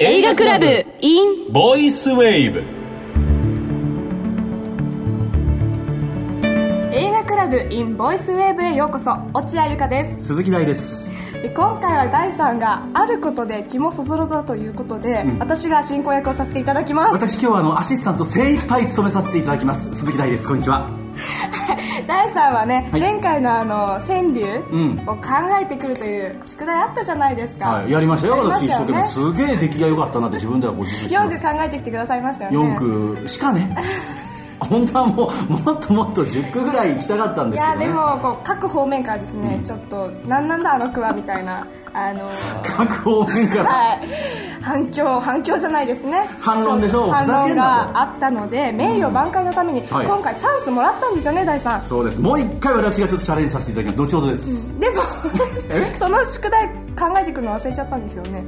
映画クラブ in ボイスウェーブ映画クラブ in ボイスウェーブへようこそ落合由香です鈴木大ですで今回は大さんがあることで気もそぞろだということで、私が進行役をさせていただきます私今日はあのアシスタント精一杯務めさせていただきます鈴木大ですこんにちは大さんはね、はい前回のあの川柳んを考えてくるという宿題あったじゃないですか、はいやりましたよやりまし私た一生よ懸ね命すげえ出来が良かったなって自分ではご自身よく考えてきてくださいましたよね4区しかね本当はもうもっともっと10区ぐらい行きたかったんいですけやどねでもこう各方面からですね、ちょっとなんなんだあの句はみたいなあのー各方面からはい、反響反響じゃないですね反論でしょ反ふざけ論んなとがあったので名誉挽回のために、はい今回チャンスもらったんですよね大さんそうですもう一回私がちょっとチャレンジさせていただきます後ほどです、でも その宿題考えてくるの忘れちゃったんですよね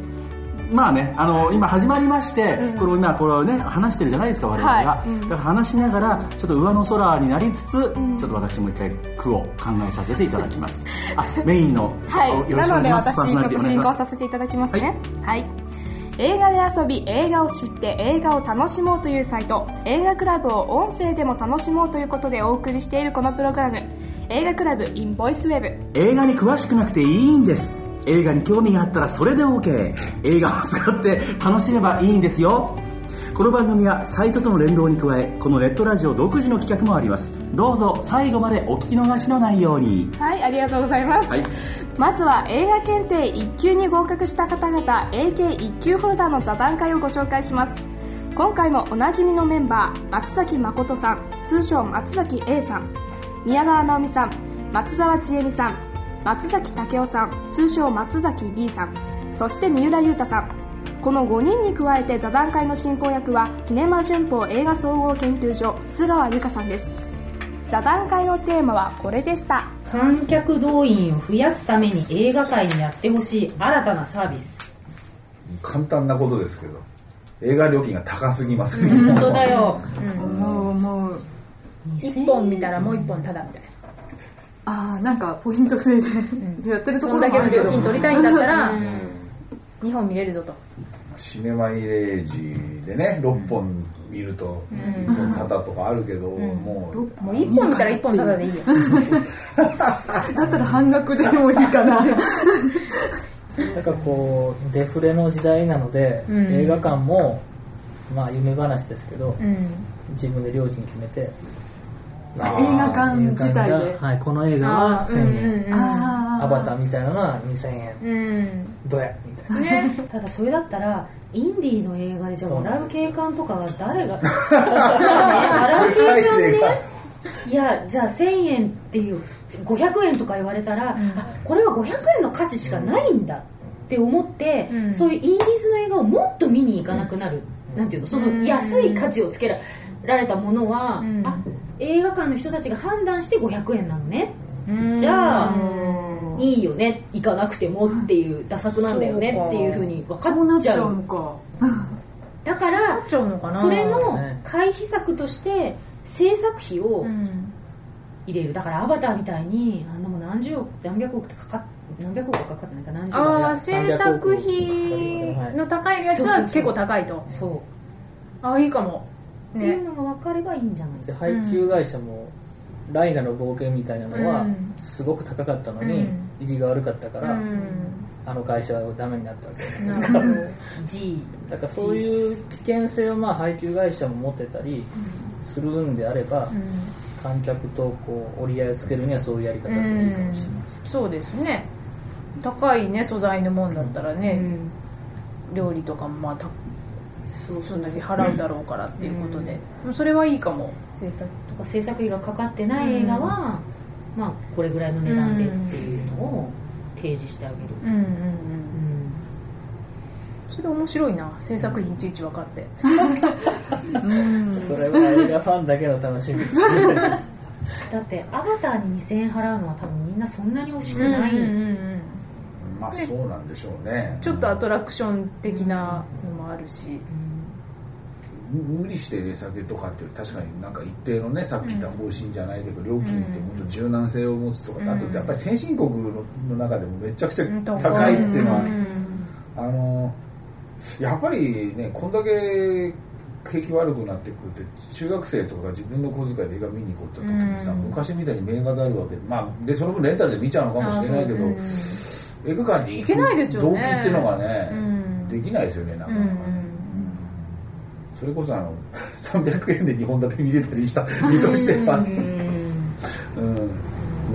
まあねあの今始まりまして、これを今これをね話してるじゃないですか我々が、はいだから話しながらちょっと上の空になりつつ、ちょっと私も一回句を考えさせていただき ますあメインの、はいよろなしくお願のいしでます私ちょっと進行さてせていただきますねはい、映画で遊び映画を知って映画を楽しもうというサイト映画クラブを音声でも楽しもうということでお送りしているこのプログラム映画クラブ in ボイスウェブ映画に詳しくなくていいんです映画に興味があったらそれで OK 映画を使って楽しめばいいんですよこの番組はサイトとの連動に加えこのネットラジオ独自の企画もありますどうぞ最後までお聞き逃しのないようにはい、ありがとうございます。はいまずは映画検定1級に合格した方々 AK1 級ホルダーの座談会をご紹介します今回もおなじみのメンバー松崎誠さん通称松崎 A さん宮川直美さん松沢千恵美さん松崎武雄さん通称松崎 B さんそして三浦優太さんこの5人に加えて座談会の進行役はキネマ旬報映画総合研究所須川由香さんです座談会のテーマはこれでした観客動員を増やすために映画界にやってほしい新たなサービス簡単なことですけど映画料金が高すぎます本当だよ思う思う一本見たらもう一本ただみたいなああなんかポイント制でやってるところそんもあだけのるけ料ど金取りたいんだったら2本見れるぞとシネマイレージでね6本見ると1本タダとかあるけど、もうもう1本見たら1本ただでいいよだったら半額でもいいかななんかこうデフレの時代なので、うん映画館もまあ夢話ですけど、うん自分で料金決めて映画館映自体画館でがはい、この映画は1000円、ああアバターみたいなのが2000円うんうんどやみたいなねただそれだったらインディーの映画でじゃあそうもならうんです警官とかは誰 が笑う警官ねいやじゃあ1000円っていう500円とか言われたら、あこれは500円の価値しかないんだって思って、うんそういうインディーズの映画をもっと見に行かなくなる、なんていうのその安い価値をつけられたものは、うんあ映画館の人たちが判断して500円なのね、うんじゃあうんいいよね行かなくてもっていうダサくなんだよねっていうふうに分かそうなっっちちゃゃううんかだからちゃうのかなそれのね回避策として制作費をうん入れるだからアバターみたいにあんなもう何十億何百億ってかかっ何百億かかってないか何十ああ億制作費の高いやつは結構高いとそう、ああいいかもっていうねのが分かればいいんじゃないで配給会社も、ライナの冒険みたいなのうはんすごく高かったのうにん入りが悪かったかうら、んあの会社はダメになったわけですなるほど G だからそういう危険性をまあ配給会社も持ってたりするんであれば、うん観客とこう折り合いをつけるにはそういうやり方がいいかもしれないです、そうですね高いね素材のもんだったらね、料理とかもまあたそうそんだけ払うだろうからっていうことで、それはいいかも制作とか制作費がかかってない映画は、まあこれぐらいの値段でっていうのを提示してあげる、うんうんうんうんそれ面白いな制作費いちいち分かってそれは映画ファンだけの楽 しみですねだってアバターに2000円払うのは多分みんなそんなに惜しくない、うんうんうんまあそうなんでしょうねちょっとアトラクション的なのもあるし、無理して値下げとかっていう確かになんか一定のねさっき言った方針じゃないけど、料金ってもっと柔軟性を持つとか、あとやっぱり先進国の中でもめちゃくちゃ高いっていうのは、うんあのやっぱりねこんだけ景気悪くなってくるって中学生とかが自分の小遣いで映画見に行こうって時にさ、うん昔みたいに名画があるわけで,、まあ、でその分レンタルで見ちゃうのかもしれないけど、うん映画館に行けないですよ動ね機っていうのがね、うんできないですよねなかうなかね、んそれこそあの 300円で2本立て見れたりした見通してはうん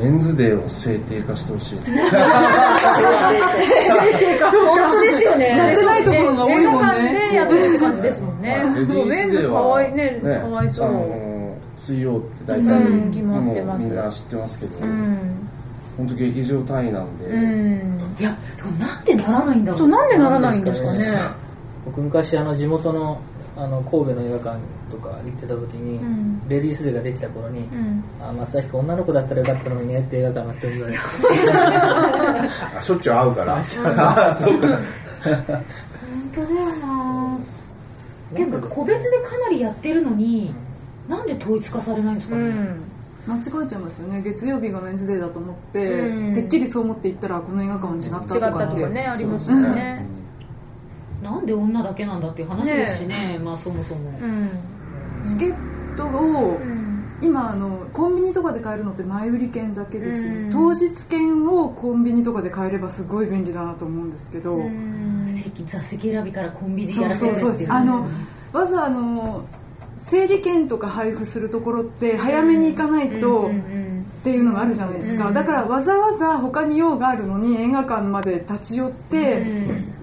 メンズデーを制定化してほしい本当ですよやっねてないところが多いもん映画ね館でやってるって感じですもんねレジそうンメンスズでかはわいねかねわいそあうの水曜って大う体ん決まってますもうみんな知ってますけど、うん本当劇場単位なんで、うんいやでもなんでならないんだろそううなんでならないんですかね僕昔あの地元のあの神戸の映画館とか行ってた時に、うんレディースデーができた頃に、うんあ松崎君女の子だったらよかったのにねって映画館の人に言われ てあしょっちゅう会うからあそうか本当だよなていうか個別でかなりやってるのになんで統一化されないんですかうね、ん間違えちゃいますよね月曜日がメンズデーだと思って、うんてっきりそう思って行ったらこの映画館は違った違とったかとってかねありますよねなんで女だけなんだっていう話ですしねまあそもそも、うんチケットをうん今あのコンビニとかで買えるのって前売り券だけですよ、うん当日券をコンビニとかで買えればすごい便利だなと思うんですけど、席座席選びからコンビニでそやうらせそるうそってういでうすあのわざあの整理券とか配布するところって早めに行かないと、うんうんっていうのがあるじゃないですか、うんだからわざわざ他に用があるのに映画館まで立ち寄って、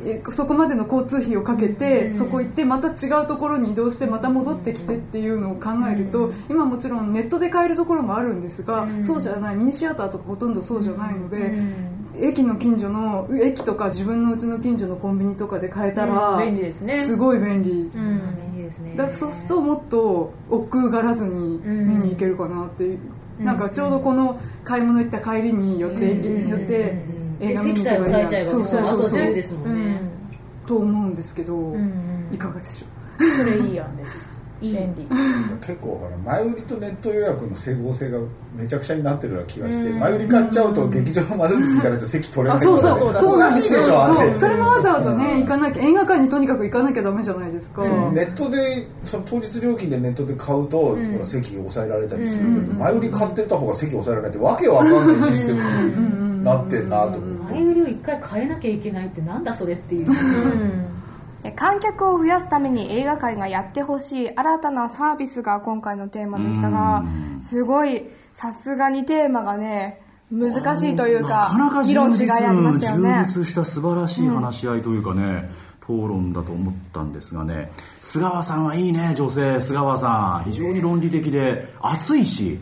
えそこまでの交通費をかけて、そこ行ってまた違うところに移動してまた戻ってきてっていうのを考えると、今もちろんネットで買えるところもあるんですが、そうじゃないミニシアターとかほとんどそうじゃないので、駅の近所の駅とか自分のうちの近所のコンビニとかで買えたら、うん便利ですねすごい便利。うんいいですねだからそうするともっと億劫がらずに見に行けるかなっていう、なんかちょうどこの買い物行った帰りに寄って、寄って映で画見に席行さえけばいいな抑えちゃえばそもううそうそうあとそ自由うですうもんね、んと思うんですけど、うんいかがでしょうそれいい案ですいい便利結構ほら前売りとネット予約の整合性がめちゃくちゃになってるような気がして前売り買っちゃうと劇場の窓口行かないと席取れないあそうそうとそかうねそうおかなんしいでしょあそれうそれもわざわざね行かなきゃ映画館にとにかく行かなきゃダメじゃないですか、ネットでその当日料金でネットで買うと、ほら席抑えられたりするけど、前売り買ってた方が席抑えられないってわけわかんないシステムになってんなと思って前売りを一回変えなきゃいけないってなんだそれっていうえ観客を増やすために映画界がやってほしい新たなサービスが今回のテーマでしたがすごいさすがにテーマがね難しいというなかなかか議充論し実がいありましたよね充実した素晴らしい話し合いというかね、討論だと思ったんですがね菅川さんはいいね女性菅川さん非常に論理的で熱いし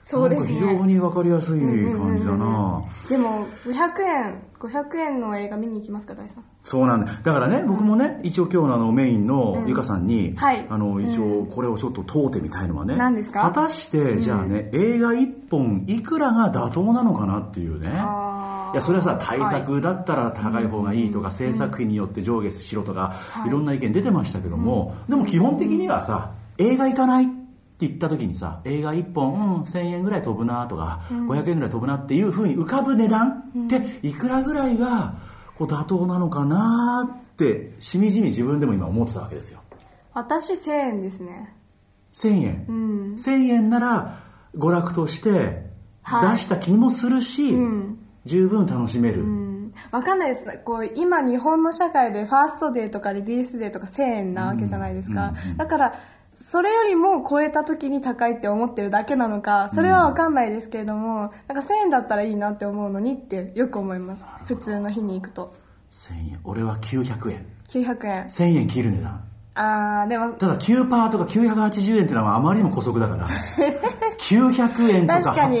そうですなんか非常ねに分かりやすい感じだなでも500円500円の映画見に行きますか大さんそうなんだだからね僕もね一応今日のあのメインのゆかさんに、はいあの一応これをちょっと問うてみたいのはね、何ですか果たしてじゃあね、映画1本いくらが妥当なのかなっていうねいやそれはさ対策だったら高い方がいいとか、制作費によって上下しろとか、い、ろんな意見出てましたけども、でも基本的にはさ映画行かないって言った時にさ映画1本、うん、1000円ぐらい飛ぶなとか、500円ぐらい飛ぶなっていうふうに浮かぶ値段っていくらぐらいがこう妥当なのかなってしみじみ自分でも今思ってたわけですよ私1000円ですね1000円、1000円なら娯楽としてはい出した気もするし、ん十分楽しめる、うんわかんないですこう今日本の社会でファーストデーとかレディースデーとか1000円なわけじゃないですか、だからそれよりも超えた時に高いって思ってるだけなのかそれはわかんないですけれども、なんか1000円だったらいいなって思うのにってよく思います普通の日に行くと1000円俺は900円900円1000円切る値段あーでもただ9パーとか980円ってのはあまりにも姑息だから 900円とか確かに850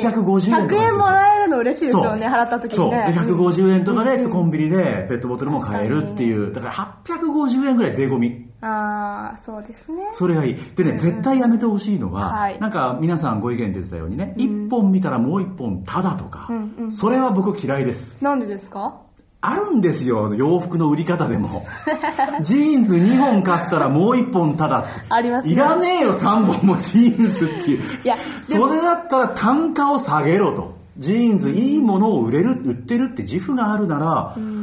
円とか100円もらえるの嬉しいですよね払った時そうにでね150円とかでコンビニでペットボトルも買えるっていうだから850円ぐらい税込みああそうですねそれがいいでね絶対やめてほしいのは、はいなんか皆さんご意見出てたようにね、一1本見たらもう1本タダとか、それは僕嫌いですなんでですかあるんですよ洋服の売り方でも ジーンズ2本買ったらもう1本タダってありますねいらねえよ3本もジーンズっていういやでそもれだったら単価を下げろとジーンズいいものを売れる売ってるって自負があるなら、うん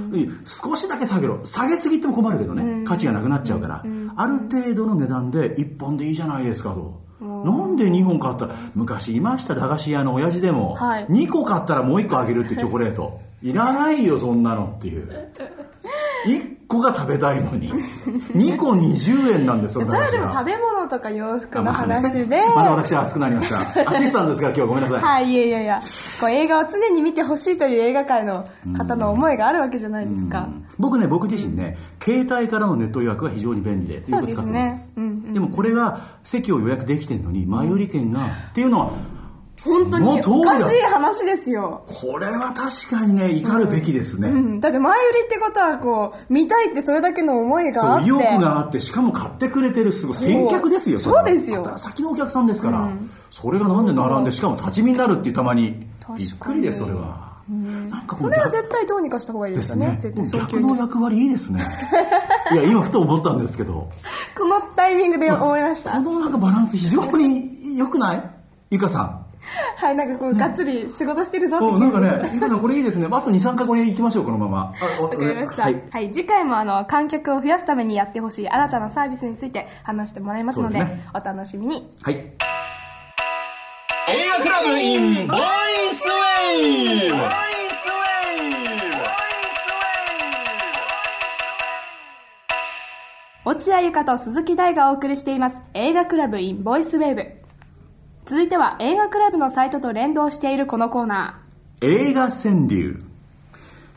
少しだけ下げろ下げすぎっても困るけどね、価値がなくなっちゃうから、ある程度の値段で1本でいいじゃないですかと。なんで2本買ったら昔いました駄菓子屋の親父でも、はい2個買ったらもう1個あげるってチョコレートいらないよそんなのっていう1個が食べたいのに2個20円なんですよそれはでも駄菓子屋食べ物とか洋服のあまあね話で、 まだ私は熱くなりました。アシスタントですから今日ごめんなさい。はい、いやいやいや、こう映画を常に見てほしいという映画界の方の思いがあるわけじゃないですか。僕ね、僕自身ね、携帯からのネット予約は非常に便利で、よそうくですね使ってます。うんうんでもこれが席を予約できてるのに、前売り券が、っていうのは、本当にそのおか通しりいだ話ですよ。これは確かにね、怒るべきですね。うん、だって前売りってことはこう、見たいってそれだけの思いがあっそうて。意欲があってしかも買ってくれてるすごいそう先客ですよそうれはですよまた先のお客さんですから、それがなんで並んでしかも立ち見になるっていうたまに確かにびっくりですそれは、なんかこそのれは逆絶対どうにかした方がいいでですすね。ね絶対早急逆にの役割い いですねいや今ふと思ったんですけどこのタイミングで思いましたこ。のなんかバランス非常に良くないゆかさんはい、なんかこう、がっつり仕事してるぞって気う分んなんかねゆかさんこれいいですねあと23回これ行きましょうこのままあおわかりました。ははいい、次回もあの観客を増やすためにやってほしい新たなサービスについて話してもらいますので、そうですねお楽しみに。はい映画クラブ in ボイスウェイ落合ゆかと鈴木大がお送りしています映画クラブ in ボイスウェーブ。続いては映画クラブのサイトと連動しているこのコーナ映画川柳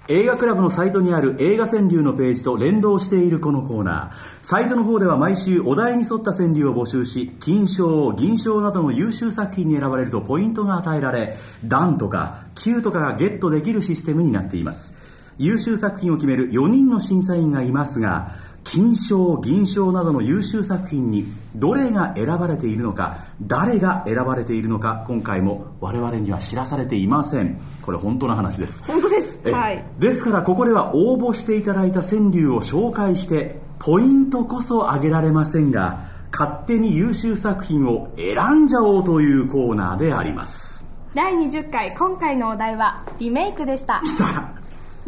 映画クラブのサイトにある映画川柳のページと連動しているこのコーナーサイトの方では毎週お題に沿った川柳を募集し金賞銀賞などの優秀作品に選ばれるとポイントが与えられ段とか級とかがゲットできるシステムになっています優秀作品を決める4人の審査員がいますが金賞銀賞などの優秀作品にどれが選ばれているのか誰が選ばれているのか今回も我々には知らされていませんこれ本当の話ですー。本当です。えはい。ですからここでは応募していただいた川柳を紹介してポイントこそ上げられませんが勝手に優秀作品を選んじゃおうというコーナーであります第20回、今回のお題はリメイクでした。来た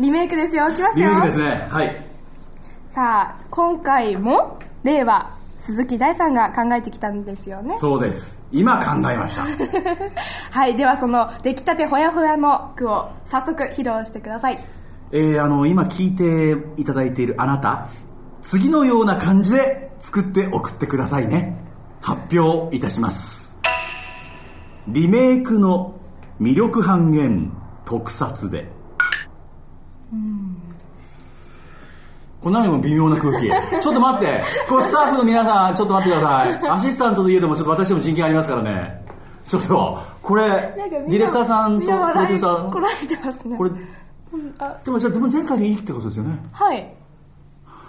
リメイクですよ。来ましたリよ。ズムですねはいさあ、今回も令和、鈴木大さんが考えてきたんですよね。そうです今考えました はい、ではその出来たてほやほやの句を早速披露してください。えー、あの今聞いていただいているあなた次のような感じで作って送ってくださいね発表いたしますリメイクの魅力半減特撮でこの何も微妙な空気ちょっと待ってこれスタッフの皆さんちょっと待ってくださいアシスタントといえどもちょっと私でも人権ありますからねちょっとこれデなんかみんなィレクターさんとみプロなデュ笑ーいサーこらえてますね。これあでもじゃあ前回でいいってことですよねはい。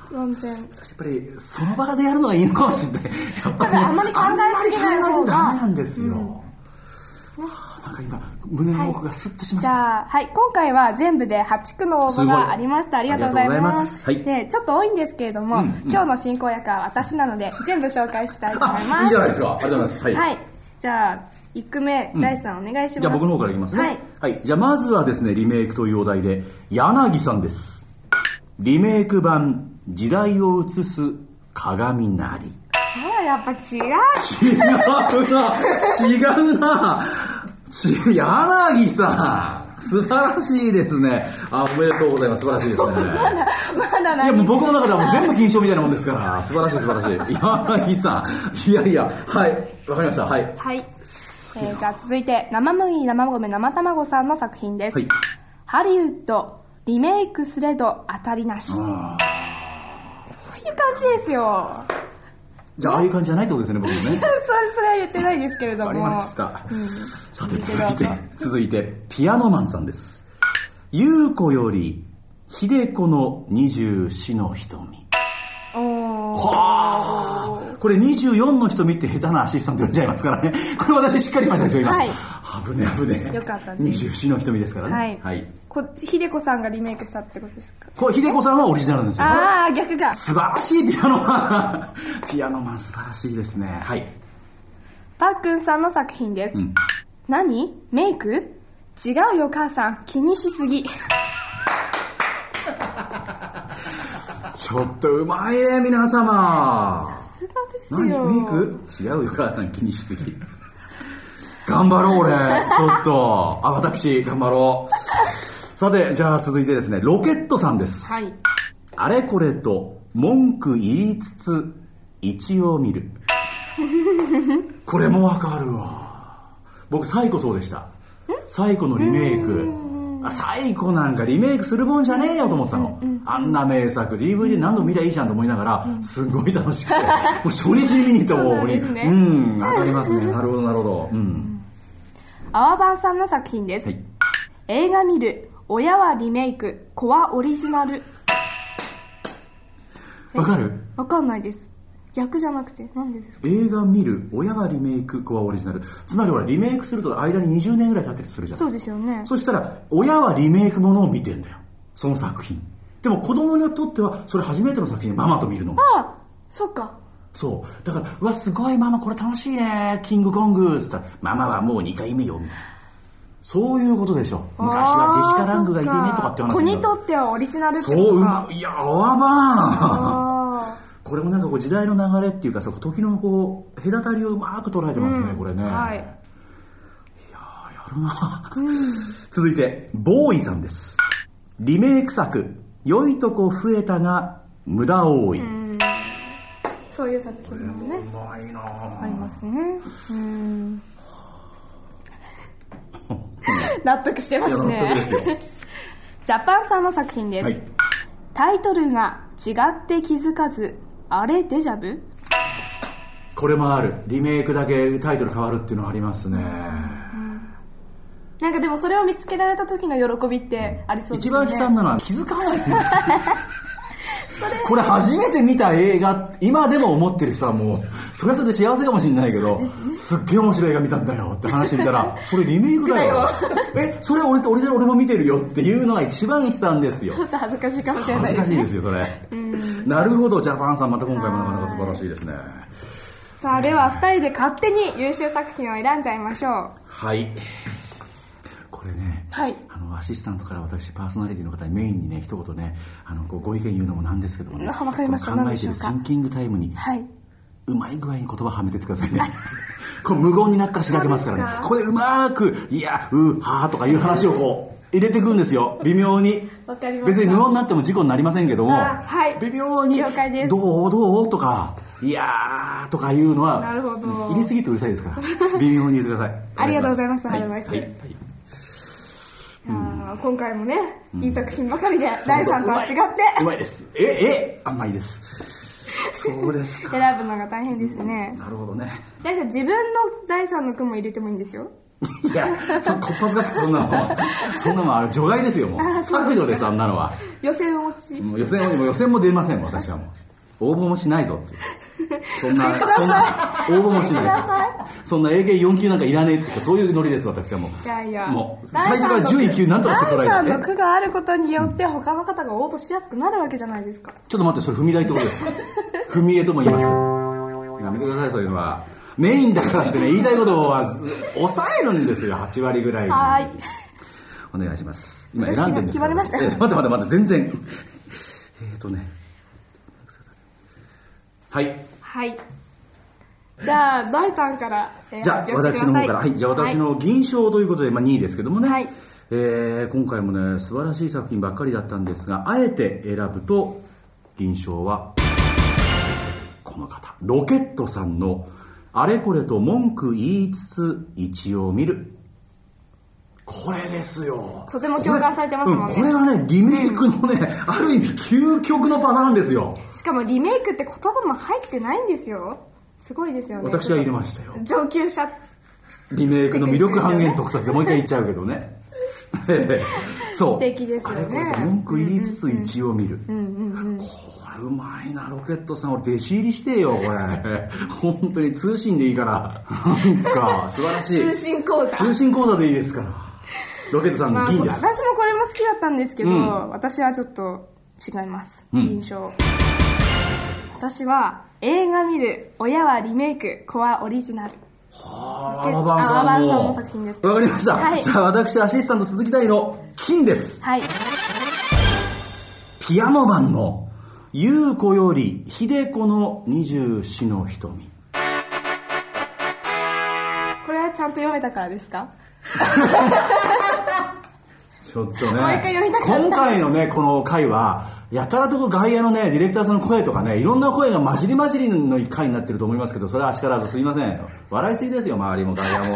完全。やっぱりその場でやるのがいいのかもしれないやっぱりねあんまり考えすぎない方があんまり考えすぎダメなんですよ、はあなんか今胸の奥がスッと しましじた、ゃあ、はい、今回は全部で8区の応募すごいがありました。ありがとうございます。ありがとうございますはで、ちょっと多いんですけれども、うんうん今日の進行役は私なので、全部紹介したいと思いあます。いいじゃないですかありがとうございますはい、はい。じゃあ、1句目、ん大さんお願いします。じゃあ僕の方からいきますねはい。はい、じゃあまずはですねリメイクというお題で柳さんですリメイク版時代を映す鏡なりほら、やっぱ違う。違うな違うなち柳さん素晴らしいですねあおめでとうございます素晴らしいですね まだい何やもう僕の中ではもう全部金賞みたいなもんですから素晴らしい素晴らしい柳さんいやいやはいわかりましたはいはい。えーじゃあ続いて、生麦、生米、生卵さんの作品です。はいハリウッド、リメイクすれど当たりなし。こういう感じですよ。じゃあああいう感じじゃないってことですね僕もねそれ、それは言ってないですけれども。わかりました、さて続い見てくてださ続いてピアノマンさんです優子より秀子の二十四の瞳おーはあこれ24の瞳って下手なアシスタント呼んじゃいますからね これ私しっかり言いましたでしょ今、はい危ね危ねよかったね24の瞳ですからねはい。こっち、秀子さんがリメイクしたってことですか。これ秀子さんはオリジナルなんですよああ、逆か。素晴らしいピアノ マンピアノマン素晴らしいですねはいパックンさんの作品です。ん何メイク違うよ母さん気にしすぎ ちょっとうまいね皆様すがです何よメイク違うよ母さん気にしすぎ頑張ろう俺ちょっとあ私頑張ろうさてじゃあ続いてですねロケットさんです、はいあれこれと文句言いつつ一応見るこれもわかるわ僕サイコそうでしたサイコのリメイクあサイコなんかリメイクするもんじゃねえよと思ってたの、あんな名作 DVD 何度も見りゃいいじゃんと思いながら、すごい楽しくてもう初日に見に行ったもそううなんですねうん当たりますねなるほどなるほど、うん泡番さんの作品です、はい映画見る親はリメイク子はオリジナルわかるわかんないです逆じゃなくて何でですか映画見る親はリメイク子はオリジナルつまりほらリメイクすると間に20年ぐらい経ったりするじゃんそうですよねそしたら親はリメイクものを見てんだよその作品でも子供にとってはそれ初めての作品ママと見るのあそうかそうだから「うわすごいママこれ楽しいねキングコング」っつったら「ママはもう2回目よ」みたいなそういうことでしょ昔はジェシカ・ラングがいてねとかって話子にとっってはオリジナルってことかそううまいいや泡ばんあこれもなんかこう時代の流れっていうかさ時のこう隔たりをうまく捉えてますね、これね、ーはい続いてボーイさんですリメイク作「良いとこ増えたが無駄多い」そういう作品もねまいなあぁりますねうーん 納得してまいやす納得ねですよ ジャパンさんの作品です、はいタイトルが違って気づかずあれデジャブこれもあるリメイクだけタイトル変わるっていうのはありますねなんかでもそれを見つけられた時の喜びってありそうです一よね番悲惨なのは気づかないんだよそれこれ初めて見た映画今でも思ってる人はもうそれはそれで幸せかもしれないけどす,、っげえ面白い映画見たんだよって話してみたらそれリメイクだよ えそれ俺と俺じゃ俺も見てるよっていうのが一番悲惨ですよちょっと恥ずかしいかもしれない恥ずでかすしいねですよそれなるほどジャパンさんまた今回もなかなか素晴らしいですね さあでは2人で勝手に優秀作品を選んじゃいましょうはいこれね、はいあのアシスタントから私パーソナリティの方にメインにね一言ねあのこうご意見言うのもなんですけどもねあわかりましたこう考何でえてしょるうかシンキングタイムにはいうまい具合に言葉はめてってくださいね これ無言になったらしらけますからねここでうまーく「いやうーはー」とかいう話をこう入れていくんですよ微妙にわかりました別に無音になっても事故になりませんけども、あはい微妙に了解ですどうどう?」とか「いやー」とかいうのはなるほど入れすぎるとうるさいですから微妙に入れてくだ さいありがとうございますお願しアドバイスはいはいはいあー今回もねいい作品ばかりで第3とは違ってうまいですええあんまいですそうですか選ぶのが大変ですねなるほどね大さん自分の第3の句も入れてもいいんですよいやそこっぱずかしくてそんなのはそんなのはあれ除外ですよもう削除ですあんなのは予選落ちもう予選もう予選も出ません私はもう応募もしないぞっていうそんなそんな応募もしないそんな AK4 級なんかいらねえっていうかそういうノリです私はもういやいやもう最初から10位級なんとかして捉ダえたンさんねの句があることによって他の方が応募しやすくなるわけじゃないですかちょっと待ってそれ踏み台ってことです か踏み絵とも言いますやめてくださいそういうのはメインだからってね言いたいことはず抑えるんですよ8割ぐらいにはーいお願いします今選んでるんです私決まりましたえ待って待って待って全然えっとねはいはいじゃあ第3から、えーじゃあ発表してく私だのさ方から、はい、じゃあ私の銀賞ということで、まあ、2位ですけどもね、はいえー今回もね素晴らしい作品ばっかりだったんですがあえて選ぶと銀賞はこの方ロケットさんの「あれこれと文句言いつつ一応見る」これですよとても共感されてますもんねこれ,、うん、これはねリメイクのね、ある意味究極のパターンですよしかもリメイクって言葉も入ってないんですよすごいですよね私は入れましたよ上級者リメイクの魅力半減特撮でもう一回言っちゃうけど ねそう素敵ですよねあれこれ文句言いつつ一応見る、これうまいなロケットさん俺弟子入りしてよこれ本当に通信でいいからなんか素晴らしい通信講座通信講座でいいですからロケットさんまのあ、銀私もです、これも好きだったんですけど、うん私はちょっと違います、うん印象私は映画見る親はリメイク子はオリジナルあアラバンさんのアラバンさんの作品ですわかりました、はいじゃあ私アシスタント鈴木大の金ですはいピアノ版の「優子より秀子の二十四の瞳これはちゃんと読めたからですか」ちょっとねもう一回読みたかった今回のねこの回はやたらとこう外野のねディレクターさんの声とかねいろんな声が混じり混じりの一回になってると思いますけどそれはあしからずすいません笑いすぎですよ周りも外野 も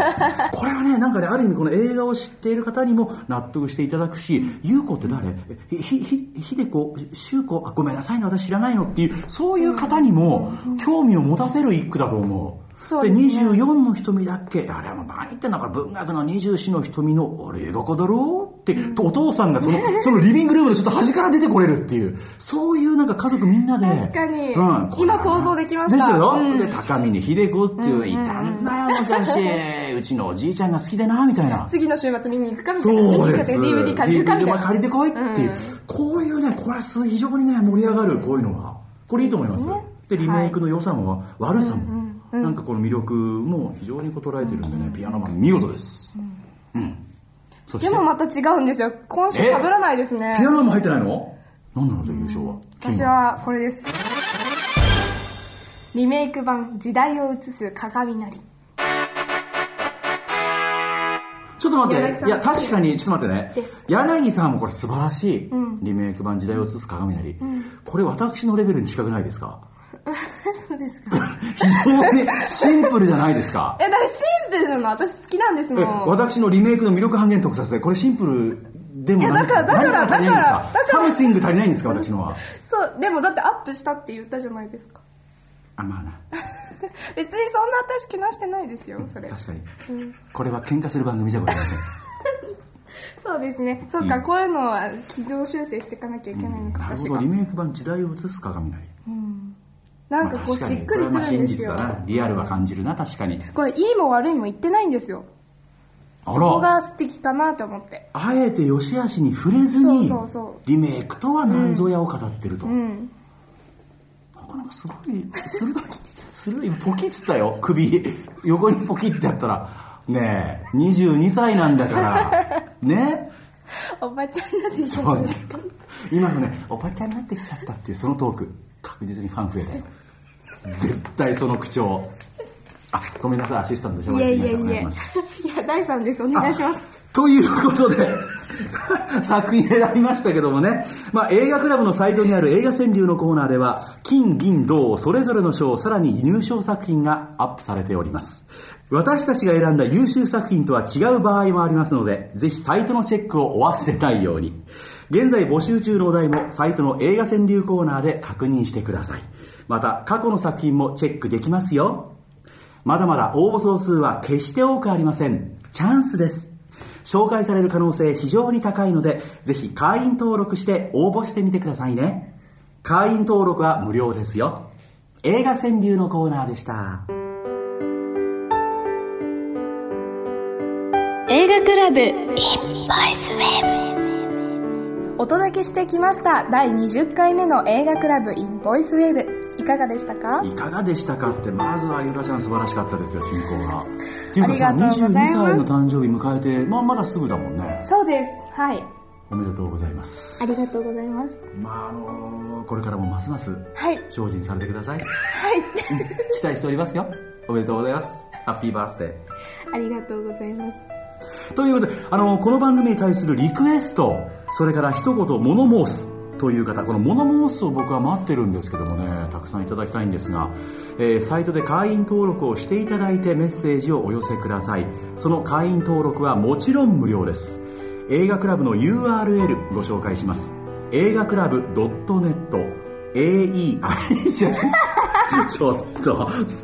これはねなんかねある意味この映画を知っている方にも納得していただくし優子って誰えひひひで子秀子あごめんなさいね私知らないのっていうそういう方にも興味を持たせる一句だと思うそうでですね24の瞳だっけあれはもう何言ってんのか文学の24の瞳のあれ映画化だろうって、とお父さん がそのそのリビングルームのちょっと端から出てこれるっていうそういうなんか家族みんなで確かにうん、今想像できましたですよ、うんで高峰秀子っていういたんだよ昔うちのおじいちゃんが好きでなみたいな次の週末見に行くかみたいな見に行そくうでかす。 DVD 借りるかみたい DVD な借りてこいっていう、こういうね、これは非常にね、盛り上がる、こういうのは。これいいと思います。でそうですねリメイクの良さも悪さも、なんかこの魅力も非常にこう捉えてるんでね、ピアノマン見事です。うん。そして、でもまた違うんですよ今週被らないですねピアノマンも入ってないの何なのじゃあ優勝は。私はこれですリメイク版「時代を映す鏡なり ちょっと待っ柳さて、んいや、確かに、ちょっと待ってねです。柳さんもこれ素晴らしい、リメイク版時代を映す鏡なり、これ私のレベルに近くないですか そうですか。非常にシンプルじゃないです」か。えだからシンプルなの私好きなんですえもん私のリメイクの魅力半減特撮で、これシンプルでもいやだからだから何足りないんだからですだかからサムシング足りないんですか私のは。そうでもだってアップしたって言ったじゃないですかあ、まあな。別にそんな私けなしてないですよそれ確かに。これは喧嘩する番組じゃございま せん。そうですねそうか、うんこういうのは軌道修正していかなきゃいけないのか、なるほ私ど、がリメイク版時代を映す鏡なり。なんかこうまあし確っにくりこれはまあくるん真です実よだな。リアルは感じるな、確かに。これいいも悪いも言ってないんですよあらそこが素敵かなと思ってあえて良し悪しに触れずにそうそうそリメイクとは何ぞやを語ってると、うんなかなかすごい鋭い鋭いポキッつったよ首横にポキってやったらねえ22歳なんだからねおばちゃんになってきちたょっと今のねおばちゃんになってきちゃったっていうそのトーク確実にファン増え たよ絶対その口調あごめんなさいアシスタントでいや紹介いしやいてお願いやしいますや第3ですお願いしますということで、 さ作品選びましたけどもね、まあ、映画クラブのサイトにある映画川柳のコーナーでは、金、銀、銅、それぞれの賞、さらに入賞作品がアップされております。私たちが選んだ優秀作品とは違う場合もありますので、ぜひサイトのチェックをお忘れないように。現在募集中のお題もサイトの映画川柳コーナーで確認してください。また、過去の作品もチェックできますよ。まだまだ応募総数は決して多くありません。チャンスです。紹介される可能性非常に高いので、ぜひ会員登録して応募してみてくださいね。会員登録は無料ですよ。映画川柳のコーナーでした。映画クラブお届けしてきました第20回目の映画クラブ in ボイスウェーブいかがでしたかいかがでしたかって、まずはゆらちゃん素晴らしかったですよ、進行が。っていうかさ、ありがとう22ございます歳の誕生日迎えて、まあまだすぐだもんね。そうですはいおめでとうございます。ありがとうございますまああのこれからもますますはい精進されてください。はい。期待しておりますよ。おめでとうございます。ハッピーバースデー。ありがとうございますということで、あの、この番組に対するリクエスト、それから一言物申す。という方この「モノモース」を僕は待ってるんですけどもねたくさんいただきたいんですが、えーサイトで会員登録をしていただいてメッセージをお寄せくださいその会員登録はもちろん無料です映画クラブの URL ご紹介します映画クラブ .net AEI じゃない ちょっと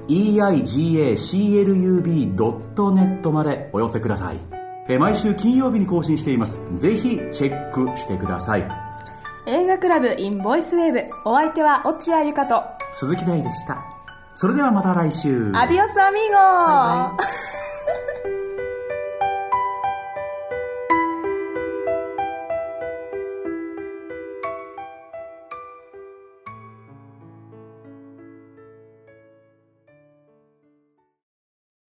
EIGACLUB.net までお寄せくださいえー毎週金曜日に更新していますぜひチェックしてください映画クラブ in ボイスウェーブお相手は落合ゆかと鈴木大でしたそれではまた来週アディオスアミーゴ